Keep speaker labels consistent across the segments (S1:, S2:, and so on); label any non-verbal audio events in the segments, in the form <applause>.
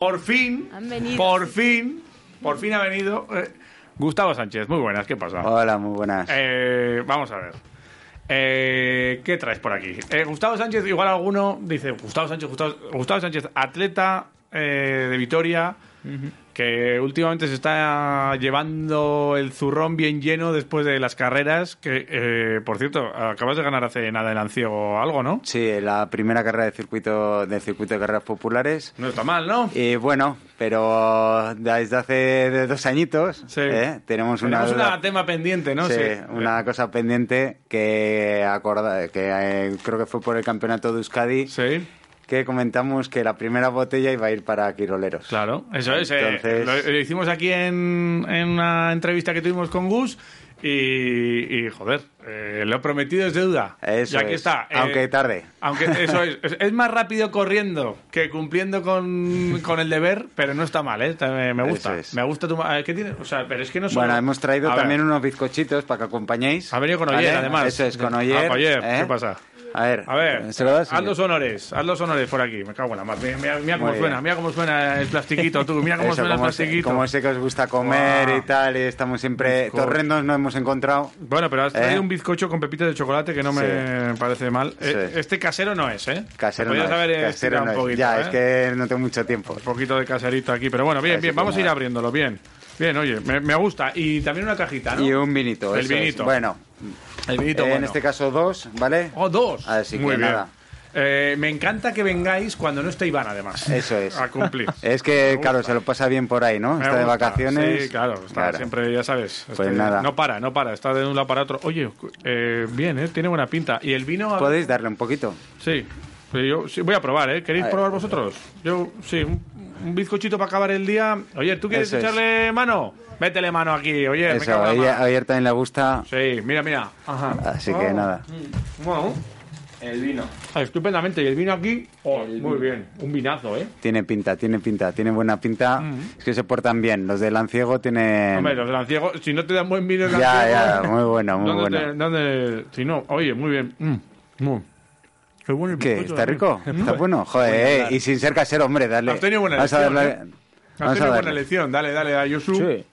S1: Por fin,
S2: Han venido.
S1: por fin, por fin ha venido eh, Gustavo Sánchez. Muy buenas, ¿qué pasa?
S3: Hola, muy buenas.
S1: Eh, vamos a ver. Eh, ¿Qué traes por aquí? Eh, Gustavo Sánchez, igual alguno dice, Gustavo Sánchez, Gustavo, Gustavo Sánchez, atleta eh, de Vitoria, que últimamente se está llevando el zurrón bien lleno después de las carreras, que, eh, por cierto, acabas de ganar hace nada en Anciego algo, ¿no?
S3: Sí, la primera carrera de circuito, del circuito de carreras populares.
S1: No está mal, ¿no?
S3: Y bueno, pero desde hace de dos añitos
S1: Sí.
S3: ¿eh? tenemos una,
S1: Tenemos
S3: duda-
S1: una tema pendiente, ¿no?
S3: sí,
S1: Sí.
S3: una cosa pendiente que, acorda- que eh, creo que fue por el campeonato de Euskadi
S1: Sí.
S3: que comentamos que la primera botella iba a ir para Quiroleros.
S1: Claro, eso es. eh,
S3: Entonces-
S1: lo, lo hicimos aquí en, en una entrevista que tuvimos con Gus y, y, joder, eh, lo prometido es deuda.
S3: Eso
S1: y aquí
S3: es.
S1: está. eh,
S3: Aunque tarde.
S1: Aunque eso es, es, es más rápido corriendo que cumpliendo con, con el deber, pero no está mal, ¿eh? Está- Me, me gusta.
S3: Eso es.
S1: Me gusta tu... ma- eh, ¿Qué tiene? O sea, pero es que no solo-
S3: Bueno, hemos traído
S1: A ver,
S3: también unos bizcochitos para que acompañéis.
S1: Ha venido con Oyer, además.
S3: Eso es, con
S1: Ah,
S3: Oyer.
S1: con Oyer,
S3: ¿eh?
S1: ¿qué pasa?
S3: A ver,
S1: A ver,
S3: ¿se lo das?
S1: haz los honores, haz los honores por aquí. Me cago en la madre. Mira, mira- mira cómo
S3: Muy
S1: suena,
S3: bien.
S1: mira cómo suena el plastiquito, tú. Mira cómo
S3: Eso,
S1: suena el
S3: como, sé,
S1: plastiquito.
S3: como sé que os gusta comer
S1: Guau.
S3: y tal, y estamos siempre...
S1: Bizcocho.
S3: Torrendos no hemos encontrado.
S1: Bueno, pero has traído
S3: ¿Eh?
S1: un bizcocho con pepitas de chocolate que no me parece mal. Eh,
S3: Sí.
S1: Este casero no es, ¿eh?
S3: Casero
S1: Podrías
S3: no es,
S1: haber eh,
S3: casero
S1: estirado
S3: no es.
S1: un poquito,
S3: Ya,
S1: ¿eh?
S3: es que no tengo mucho tiempo.
S1: Un poquito de caserito aquí, pero bueno, bien,
S3: Así
S1: bien.
S3: que
S1: Vamos a ir
S3: nada.
S1: abriéndolo, bien. Bien, oye, me, me gusta. Y también una cajita, ¿no?
S3: Y un vinito.
S1: El
S3: eso es.
S1: vinito.
S3: Bueno,
S1: El vinito,
S3: eh, en
S1: bueno.
S3: este caso dos, ¿vale?
S1: ¡Oh, dos!
S3: Así que
S1: Muy bien.
S3: nada.
S1: Eh, me encanta que vengáis cuando no esté Iván, además.
S3: Eso es.
S1: A
S3: <laughs>
S1: cumplir.
S3: Es
S1: Me
S3: que,
S1: gusta.
S3: claro, se lo pasa bien por ahí, ¿no?
S1: Me
S3: Está de
S1: gusta.
S3: vacaciones.
S1: Sí, claro, está
S3: Claro.
S1: siempre, ya sabes. este,
S3: Pues nada.
S1: No para, no para, está de un lado para otro. Oye, eh, bien, ¿eh? Tiene buena pinta. ¿Y el vino? a-
S3: ¿Podéis darle un poquito?
S1: Sí. Pero yo sí, voy a probar, ¿eh? ¿Queréis probar vosotros? Yo, sí, un, un bizcochito para acabar el día. Oye, ¿tú quieres
S3: Eso es.
S1: echarle mano? Métele mano aquí, oye. me
S3: Eso,
S1: cago
S3: a
S1: en la
S3: ella-
S1: mano.
S3: a ella también le gusta,
S1: Sí, mira, mira. Ajá.
S3: así que
S1: Oh,
S3: nada.
S1: Bueno,
S3: El vino.
S1: ah, estupendamente. Y el vino aquí, oh, muy bien. Un vinazo, ¿eh?
S3: Tiene pinta, tiene pinta, tiene buena pinta. Es que se portan bien. Los del Lanciego tienen...
S1: Mm. Hombre, los del anciego, si no te dan buen vino el
S3: ya,
S1: anciego,
S3: ya, muy bueno, muy
S1: ¿dónde
S3: bueno.
S1: te- dónde- si no, oye, muy bien. Mm, mm. Qué bueno el
S3: ¿Qué?
S1: bizcocho
S3: ¿Está
S1: también. Mm.
S3: rico? ¿Está bueno? Joder, eh, y sin ser casero, hombre, dale.
S1: Has tenido buena
S3: Vamos a
S1: elección,
S3: darle-
S1: ¿eh? Has
S3: Vamos a
S1: tenido buena
S3: darle.
S1: elección, dale, dale, dale, Yosu.
S3: Sí.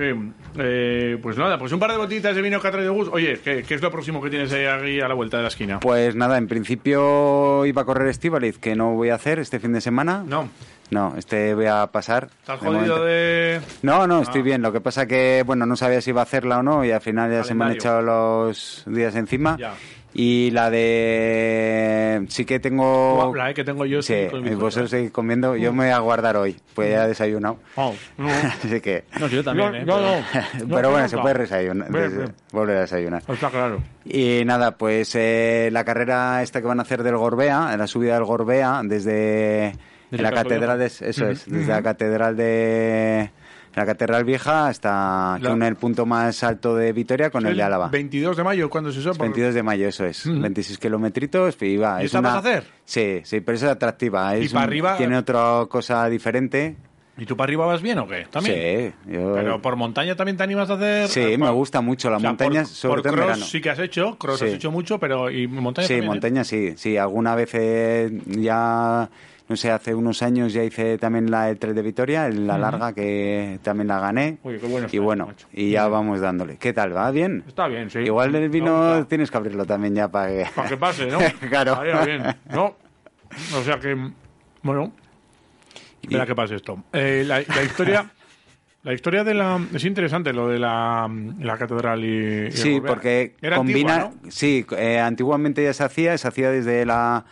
S1: Eh, eh, pues nada, pues un par de botitas de vino que ha traído Gus. Oye, ¿qué, qué es lo próximo que tienes ahí aquí a la vuelta de la esquina?
S3: Pues nada, en principio iba a correr Estivaliz, que no voy a hacer este fin de semana.
S1: No,
S3: No, este voy a pasar.
S1: estás
S3: de
S1: jodido
S3: momento.
S1: de... Ah.
S3: No, no, estoy bien. Lo que pasa que, bueno, no sabía si iba a hacerla o no y al final ya se me han
S1: Calendario.
S3: echado los días encima.
S1: Ya.
S3: Y la de... Sí que tengo...
S1: Guapla, eh, que tengo yo.
S3: Oh. Sí,
S1: sí, con el bizcocho.
S3: vosotros seguís comiendo. Yo me voy a guardar hoy, pues ya he desayunado. <laughs>
S1: Oh, no.
S3: Así que...
S4: No, yo también,
S1: Yo-
S4: ¿eh?
S1: yo no. No,
S3: <laughs> Pero
S1: no,
S3: bueno, se
S1: no.
S3: puede desayunar,
S1: Bien,
S3: des-
S1: bien.
S3: volver a desayunar.
S1: Está claro.
S3: Y nada, pues eh, la carrera esta que van a hacer del Gorbea, eh, la subida del Gorbea desde
S4: Desde
S3: la
S4: Casco
S3: catedral, de, eso es, desde la catedral de la catedral vieja hasta que
S1: La-
S3: une el punto más alto de Vitoria con el, de Álava.
S1: 22 de mayo, cuando se sopa?
S3: 22 de mayo, eso es. 26 kilometritos y va.
S1: ¿Y
S3: es
S1: esta vas
S3: una-
S1: a hacer?
S3: Sí, sí, pero esa es atractiva.
S1: ¿Y
S3: es
S1: para
S3: un-
S1: arriba?
S3: Tiene otra cosa diferente.
S1: ¿Y tú para arriba vas bien o qué? También.
S3: Sí, yo-
S1: Pero por montaña también te animas a hacer...
S3: Sí,
S1: eh,
S3: me
S1: por-
S3: gusta mucho. Las
S1: o sea,
S3: montañas,
S1: por,
S3: sobre
S1: por
S3: todo en
S1: cross
S3: verano.
S1: sí que has hecho, cross
S3: Sí.
S1: has hecho mucho, pero y montaña
S3: Sí,
S1: también, ¿eh?
S3: montaña sí, sí. Alguna vez eh, ya, no sé, hace unos años ya hice también la del 3 de Vitoria, el- la larga que también la gané.
S1: Uy, qué bueno
S3: y
S1: está,
S3: bueno,
S1: macho.
S3: y ya vamos dándole. ¿Qué tal? ¿Va bien?
S1: Está bien, sí.
S3: Igual
S1: Me
S3: el
S1: gusta.
S3: vino tienes que abrirlo también ya para que...
S1: Para que
S3: <laughs>
S1: pase, ¿no?
S3: Claro.
S1: Estaría bien. No. O sea que. Bueno. Espera que pase esto. Eh, la, la
S3: <laughs>
S1: historia. La historia de la. Es interesante lo de la, la catedral y. y
S3: <laughs> Sí,
S1: el Gorbea.
S3: porque
S1: Era
S3: combina.
S1: antigua, ¿no?
S3: Sí, eh, antiguamente ya se hacía, se hacía desde la,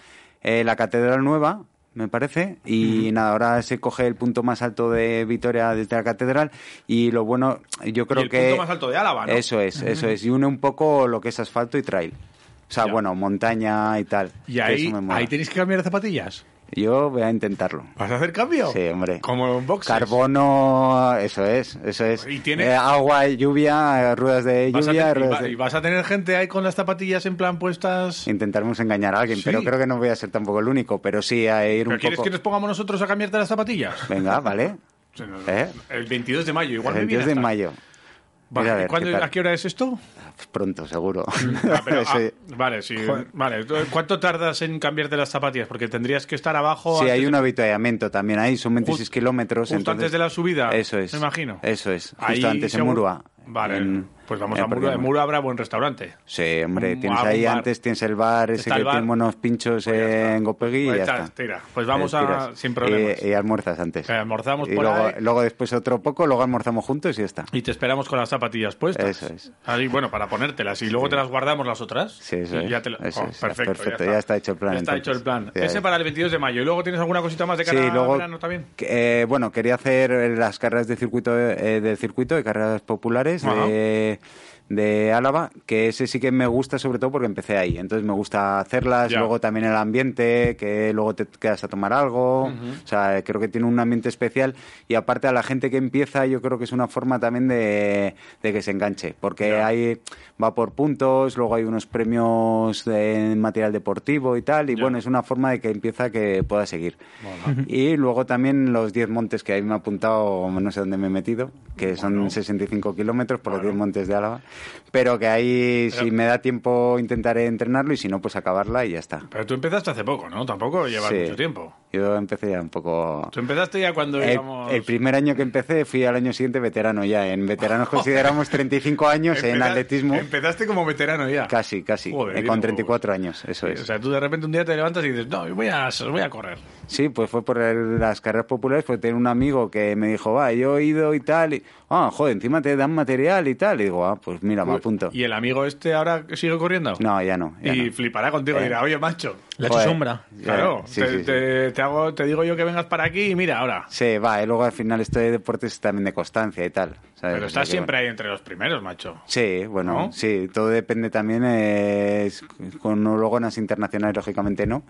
S3: eh, la Catedral Nueva, me parece, y nada, ahora se coge el punto más alto de Vitoria desde la Catedral, y lo bueno, yo creo
S1: el
S3: que.
S1: punto más alto de Álava, ¿no?
S3: Eso es, eso es, y une un poco lo que es asfalto y trail. O sea,
S1: Ya.
S3: bueno, montaña y tal.
S1: Y
S3: que
S1: ahí,
S3: eso me mola.
S1: ahí tenéis que cambiar de zapatillas.
S3: Yo voy a intentarlo.
S1: ¿Vas a hacer cambio?
S3: Sí, hombre.
S1: Como en boxes.
S3: Carbono, eso es, eso es.
S1: Pues Y tiene-
S3: Eh, agua, lluvia, eh, ruedas de
S1: Vas a
S3: lluvia,
S1: ten- y,
S3: ruedas
S1: va-
S3: de-
S1: y vas a tener gente ahí con las zapatillas en plan puestas.
S3: Intentaremos engañar a alguien,
S1: Sí.
S3: pero creo que no voy a ser tampoco el único, pero sí a ir
S1: ¿Pero
S3: un
S1: quieres
S3: poco...
S1: que nos pongamos nosotros a cambiarte las zapatillas?
S3: Venga, vale. ¿Eh?
S1: El 22 de mayo,
S3: El
S1: <laughs> igual me viene
S3: 22 de
S1: hasta-
S3: mayo.
S1: Va,
S3: Mira a ver,
S1: ¿cuándo-
S3: ¿qué tal?
S1: ¿A qué hora es
S3: <laughs>
S1: esto?
S3: Pronto, seguro.
S1: Ah, pero, ah,
S3: <laughs> Sí.
S1: vale, sí. Vale. ¿Cuánto tardas en cambiarte las zapatillas? Porque tendrías que estar abajo.
S3: Sí,
S1: antes
S3: hay
S1: de-
S3: un avituallamiento también ahí, son 26
S1: Jus-
S3: kilómetros.
S1: justo
S3: entonces-
S1: antes de la subida,
S3: Eso es.
S1: me imagino.
S3: Eso es. Justo
S1: Ahí
S3: antes en
S1: seguro-
S3: Murúa.
S1: Vale,
S3: En-
S1: pues vamos
S3: en
S1: a Murúa.
S3: Parque
S1: En Murúa habrá buen restaurante.
S3: Sí, hombre,
S1: Mm,
S3: tienes
S1: algún
S3: ahí
S1: bar.
S3: antes, tienes el bar ese
S1: Está
S3: que
S1: el bar.
S3: tiene unos pinchos
S1: Pues ya está.
S3: en Gopegui
S1: Pues
S3: y ya
S1: está,
S3: está. Eh,
S1: tira. Pues vamos
S3: Te
S1: a-
S3: tiras.
S1: sin problemas.
S3: Y, y almuerzas antes.
S1: Que almorzamos
S3: eh. y
S1: por
S3: luego,
S1: ahí.
S3: luego después otro poco, luego almorzamos juntos y ya está.
S1: Y te esperamos con las zapatillas puestas.
S3: Eso es.
S1: Ahí, bueno, para ponértelas y luego te las guardamos las otras.
S3: Sí, eso
S1: Y
S3: es.
S1: ya te la-
S3: Eso
S1: oh,
S3: es.
S1: perfecto,
S3: Perfecto, ya está hecho el plan,
S1: Ya está hecho
S3: entonces.
S1: el plan.
S3: Ya
S1: Ese
S3: es.
S1: para el 22 de mayo. ¿Y luego tienes alguna cosita más de cara
S3: Sí,
S1: a
S3: luego
S1: verano también?
S3: que, eh, bueno, quería hacer eh, las carreras de circuito eh, del circuito de carreras populares
S1: Ajá.
S3: de, de Álava, que ese sí que me gusta sobre todo porque empecé ahí, entonces me gusta hacerlas,
S1: Ya.
S3: luego también el ambiente, que luego te quedas a tomar algo, o sea, creo que tiene un ambiente especial y aparte a la gente que empieza yo creo que es una forma también de, de que se enganche, porque
S1: Ya.
S3: ahí va por puntos, luego hay unos premios de- en material deportivo y tal, y
S1: Ya.
S3: bueno, es una forma de que empieza que pueda seguir. Y luego también los 10 montes que ahí me ha apuntado, no sé dónde me he metido, que son 65 kilómetros por los 10 montes de Álava. Pero que ahí, si me da tiempo, intentaré entrenarlo y si no, pues acabarla y ya está.
S1: Pero tú empezaste hace poco, ¿no? Tampoco llevas
S3: Sí.
S1: mucho tiempo.
S3: Yo empecé ya un poco.
S1: Tú empezaste ya cuando
S3: El,
S1: íbamos...
S3: el primer año que empecé fui al año siguiente veterano ya.
S1: <laughs>
S3: En veteranos consideramos 35 años, en
S1: Empeza-
S3: atletismo
S1: Empezaste como veterano ya.
S3: casi, casi.
S1: Joder,
S3: eh,
S1: bien,
S3: con
S1: pues.
S3: 34 años, eso es.
S1: O sea, tú de repente un día te levantas y dices, no, voy a, voy a correr.
S3: Sí, pues fue por el- las carreras populares, pues tenía un amigo que me dijo, va, yo he ido y tal, y, ah, joder, encima te dan material y tal, y digo, ah, pues mira, me apunto.
S1: ¿Y el amigo este ahora sigue corriendo?
S3: No, ya no. ya
S1: y
S3: no.
S1: flipará contigo y
S3: Eh.
S1: dirá, oye, macho.
S2: Le ha hecho
S3: Joder,
S2: sombra.
S3: ya,
S1: Claro,
S3: sí,
S1: te,
S3: sí, sí.
S1: Te, te hago, te digo yo que vengas para aquí y mira ahora.
S3: Sí, va, y luego al final esto de deportes es también de constancia y tal.
S1: Pero
S3: ¿sabes? O sea
S1: estás
S3: pues que,
S1: siempre ahí entre los primeros, macho.
S3: Sí, bueno,
S1: ¿No?
S3: sí, todo depende también, eh, es- con luego en las internacionales lógicamente no,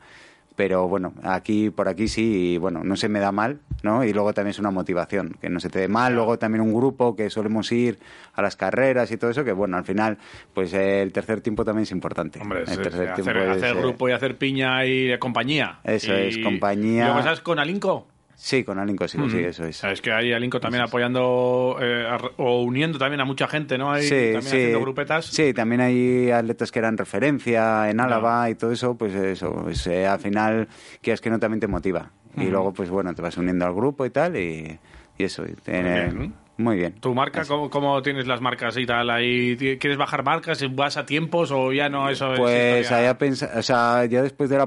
S3: pero bueno, aquí, por aquí sí, y bueno, no se me da mal, ¿no? Y luego también es una motivación, que no se te dé mal, luego también un grupo que solemos ir a las carreras y todo eso, que bueno, al final, pues eh, el tercer tiempo también es importante.
S1: Hombre,
S3: el
S1: es- es-
S3: tercer
S1: hacer,
S3: tiempo es,
S1: hacer
S3: eh,
S1: grupo y hacer piña y compañía.
S3: Eso
S1: Y-
S3: es, compañía.
S1: ¿Y luego estás con Alinco?
S3: Sí, con Alinco sí, sí, eso es.
S1: Sabes que hay Alinco también apoyando eh, a- o uniendo también a mucha gente, ¿no? Hay también haciendo grupetas.
S3: Sí, también hay atletas que eran referencia en Álava y todo eso, pues eso, pues, eh, al final, quieras que no, también te motiva. Y luego, pues bueno, te vas uniendo al grupo y tal, y, y eso. y te-
S1: Muy bien.
S3: muy bien.
S1: ¿Tu marca? ¿cómo, cómo tienes las marcas y tal? ahí? ¿Quieres bajar marcas? ¿Vas a tiempos o ya no eso es
S3: Pues
S1: historia?
S3: había pensa- o sea, ya después de la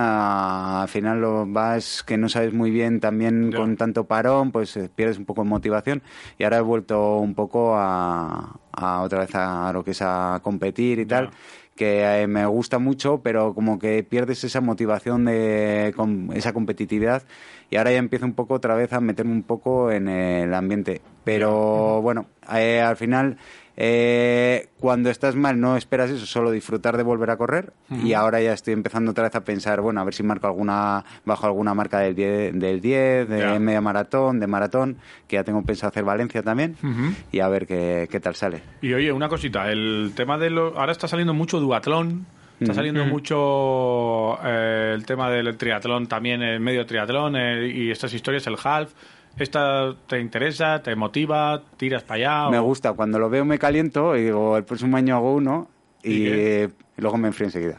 S3: pandemia, al final lo vas que no sabes muy bien también
S1: Ya.
S3: con tanto parón, pues eh, pierdes un poco de motivación y ahora he vuelto un poco a, a otra vez a lo que es a competir y tal que eh, me gusta mucho, pero como que pierdes esa motivación de con esa competitividad y ahora ya empiezo un poco otra vez a meterme un poco en el ambiente. Pero bueno, eh, al final eh, cuando estás mal no esperas eso, solo disfrutar de volver a correr y ahora ya estoy empezando otra vez a pensar, bueno, a ver si marco alguna bajo alguna marca del 10, del 10 de
S1: Ya.
S3: media maratón, de maratón, que ya tengo pensado hacer Valencia también
S1: Ujú.
S3: y a ver qué, qué tal sale.
S1: Y oye, una cosita, el tema de lo... ahora está saliendo mucho duatlón, está saliendo mucho eh, el tema del triatlón también, el medio triatlón eh, y estas historias, el half. ¿Esta te interesa, te motiva, tiras para allá?
S3: Me
S1: o-
S3: gusta, cuando lo veo me caliento y digo, el próximo año hago uno y,
S1: ¿Y qué?
S3: eh, luego me enfrío enseguida.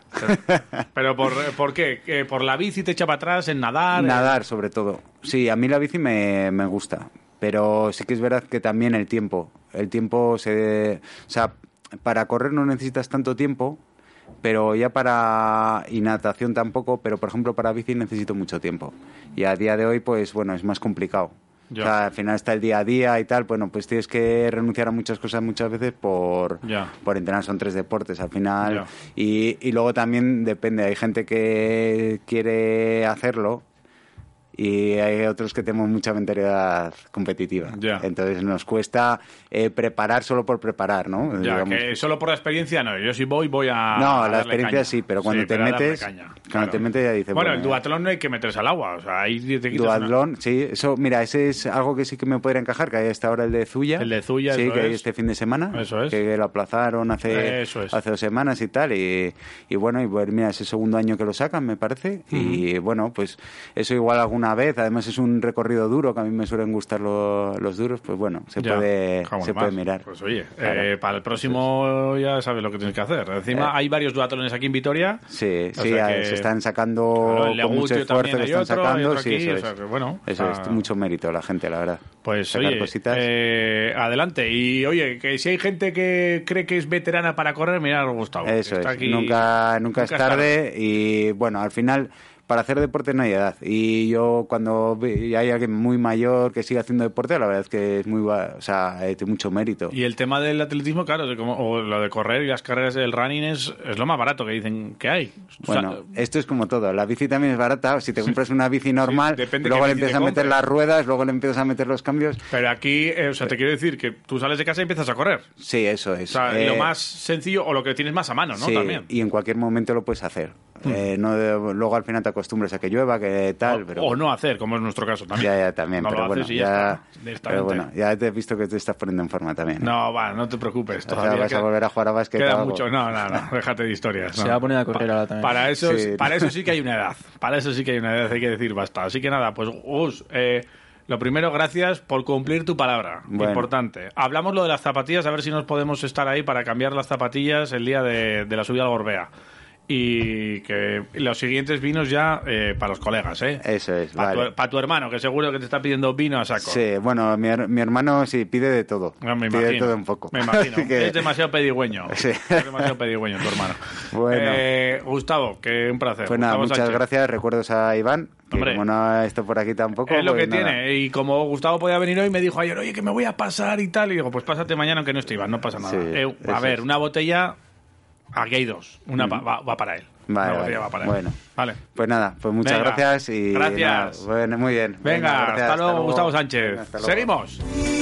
S1: ¿Pero por, por qué? Eh, ¿Por la bici te echa para atrás, en nadar? eh?
S3: Nadar sobre todo. Sí, a mí la bici me, me gusta, pero sí que es verdad que también el tiempo. El tiempo se... O sea, para correr no necesitas tanto tiempo, pero ya para... Y natación tampoco, pero por ejemplo para bici necesito mucho tiempo. Y a día de hoy, pues bueno, es más complicado.
S1: Ya.
S3: O sea, al final está el día a día y tal, bueno, pues tienes que renunciar a muchas cosas muchas veces por,
S1: Ya.
S3: por entrenar son tres deportes al final
S1: Ya.
S3: y, y luego también depende hay gente que quiere hacerlo y hay otros que tenemos mucha mentalidad competitiva.
S1: Ya.
S3: Entonces nos cuesta eh, preparar solo por preparar, ¿no?
S1: Ya,
S3: Digamos.
S1: que solo por la experiencia no. Yo si voy, voy a.
S3: No,
S1: a darle
S3: la experiencia
S1: caña.
S3: sí, pero cuando te
S1: a darle
S3: metes-
S1: caña,
S3: cuando te metes ya dices,
S1: Bueno,
S3: bueno,
S1: el
S3: ya.
S1: duatlón no hay que meterse al agua. O sea, ahí te quitas una-
S3: Duatlón, sí, eso, mira, ese es algo que sí que me podría encajar, que ahí está ahora el de Zuya.
S1: El de Zuya,
S3: sí,
S1: eso
S3: que hay
S1: es.
S3: este fin de semana.
S1: Eso es.
S3: Que lo aplazaron hace,
S1: Eso es.
S3: hace dos semanas y tal. Y, y bueno, y pues mira, es el segundo año que lo sacan, me parece. Y bueno, pues eso igual alguna vez. Además, es un recorrido duro, que a mí me suelen gustar lo- los duros. Pues bueno, se
S1: Ya.
S3: puede
S1: Jamón
S3: se
S1: más.
S3: puede mirar.
S1: Pues oye,
S3: Claro.
S1: eh, para el próximo ya sabes lo que tienes que hacer. Encima
S3: Eh.
S1: hay varios duatlones aquí en Vitoria.
S3: Sí,
S1: O
S3: sí,
S1: sea
S3: a-
S1: que-
S3: se están sacando
S1: Claro, el
S3: con mucho
S1: Legutio
S3: esfuerzo,
S1: también
S3: lo
S1: hay otro,
S3: están
S1: hay
S3: sacando,
S1: otro
S3: sí,
S1: aquí,
S3: eso
S1: o
S3: es.
S1: sea que, bueno,
S3: Eso
S1: o sea-
S3: es, mucho mérito la gente, la verdad.
S1: Pues
S3: Sacar
S1: oye,
S3: cositas.
S1: eh, adelante. Y oye, que si hay gente que cree que es veterana para correr, mira Gustavo. que
S3: Eso es,
S1: está aquí-
S3: nunca, nunca, es
S1: es
S3: tarde y bueno, al final para hacer deporte no hay edad y yo cuando vi- hay alguien muy mayor que sigue haciendo deporte, la verdad es que es muy, va- o sea, eh, tiene mucho mérito.
S1: Y el tema del atletismo, claro, de como- o lo de correr y las carreras del running es, es lo más barato que dicen que hay. O sea,
S3: Bueno, esto es como todo. La bici también es barata. Si te compras una bici normal,
S1: depende
S3: luego
S1: qué
S3: le
S1: bici te
S3: empiezas a meter
S1: compres.
S3: las ruedas, luego le empiezas a meter los cambios.
S1: pero aquí, eh, o sea, te quiero decir que tú sales de casa y empiezas a correr.
S3: Sí, eso es.
S1: O sea,
S3: Eh,
S1: lo más sencillo o lo que tienes más a mano, ¿no?
S3: Sí,
S1: También.
S3: y en cualquier momento lo puedes hacer. Eh, no de- luego al final te acostumbras a que llueva, que tal,
S1: o,
S3: pero...
S1: o no hacer, como es nuestro caso también.
S3: Ya, ya, también.
S1: No
S3: pero
S1: lo
S3: bueno,
S1: haces y
S3: ya,
S1: está, directamente.
S3: pero bueno, ya te he visto que te estás poniendo en forma también. ¿eh?
S1: No, va, no te preocupes.
S3: O sea,
S1: Todavía
S3: vas
S1: queda,
S3: a volver a jugar a básquet. o
S1: queda
S3: algo.
S1: mucho. No, no, no, <laughs> déjate de historias.
S2: Se
S1: no.
S2: va a poner a correr ahora también.
S1: Para eso,
S3: Sí.
S1: para eso sí que
S3: <laughs>
S1: hay una edad. Para eso sí que hay una edad, hay que decir basta. Así que nada, pues Gus, eh, lo primero, gracias por cumplir tu palabra.
S3: Bueno.
S1: Importante. Hablamos lo de las zapatillas, a ver si nos podemos estar ahí para cambiar las zapatillas el día de, de la subida al Gorbea. Y que los siguientes vinos ya eh, para los colegas, ¿eh?
S3: Eso es,
S1: Para
S3: vale.
S1: tu, pa' tu hermano, que seguro que te está pidiendo vino a saco.
S3: Sí, bueno, mi, her- mi hermano sí pide de todo.
S1: No, me
S3: pide de
S1: imagino.
S3: todo un poco. <laughs>
S1: Me imagino.
S3: Así que-
S1: Es demasiado pedigüeño.
S3: <laughs> Sí.
S1: Es demasiado pedigüeño tu hermano.
S3: Bueno.
S1: Eh, Gustavo, que un placer.
S3: Pues nada,
S1: Gustavo
S3: muchas
S1: Sánchez.
S3: gracias. Recuerdos a Iván. Que
S1: Hombre.
S3: como no está por aquí tampoco.
S1: Es lo
S3: pues
S1: que
S3: nada.
S1: tiene. ¿eh? Y como Gustavo podía venir hoy, me dijo ayer, oye, que me voy a pasar y tal. Y digo, pues pásate mañana aunque no esté Iván, no pasa nada.
S3: Sí,
S1: Eh, a
S3: eso
S1: ver,
S3: es. Mm.
S1: una botella, aquí hay dos. Una pa- va, va para él.
S3: Vale,
S1: una botella
S3: vale.
S1: va para
S3: Bueno.
S1: él. Vale.
S3: Pues nada, pues muchas
S1: Venga.
S3: gracias y.
S1: Gracias.
S3: nada, bueno, muy bien.
S1: Venga,
S3: gracias,
S1: hasta, luego, Gustavo
S3: Venga,
S1: Sánchez.
S3: hasta luego.
S1: Seguimos.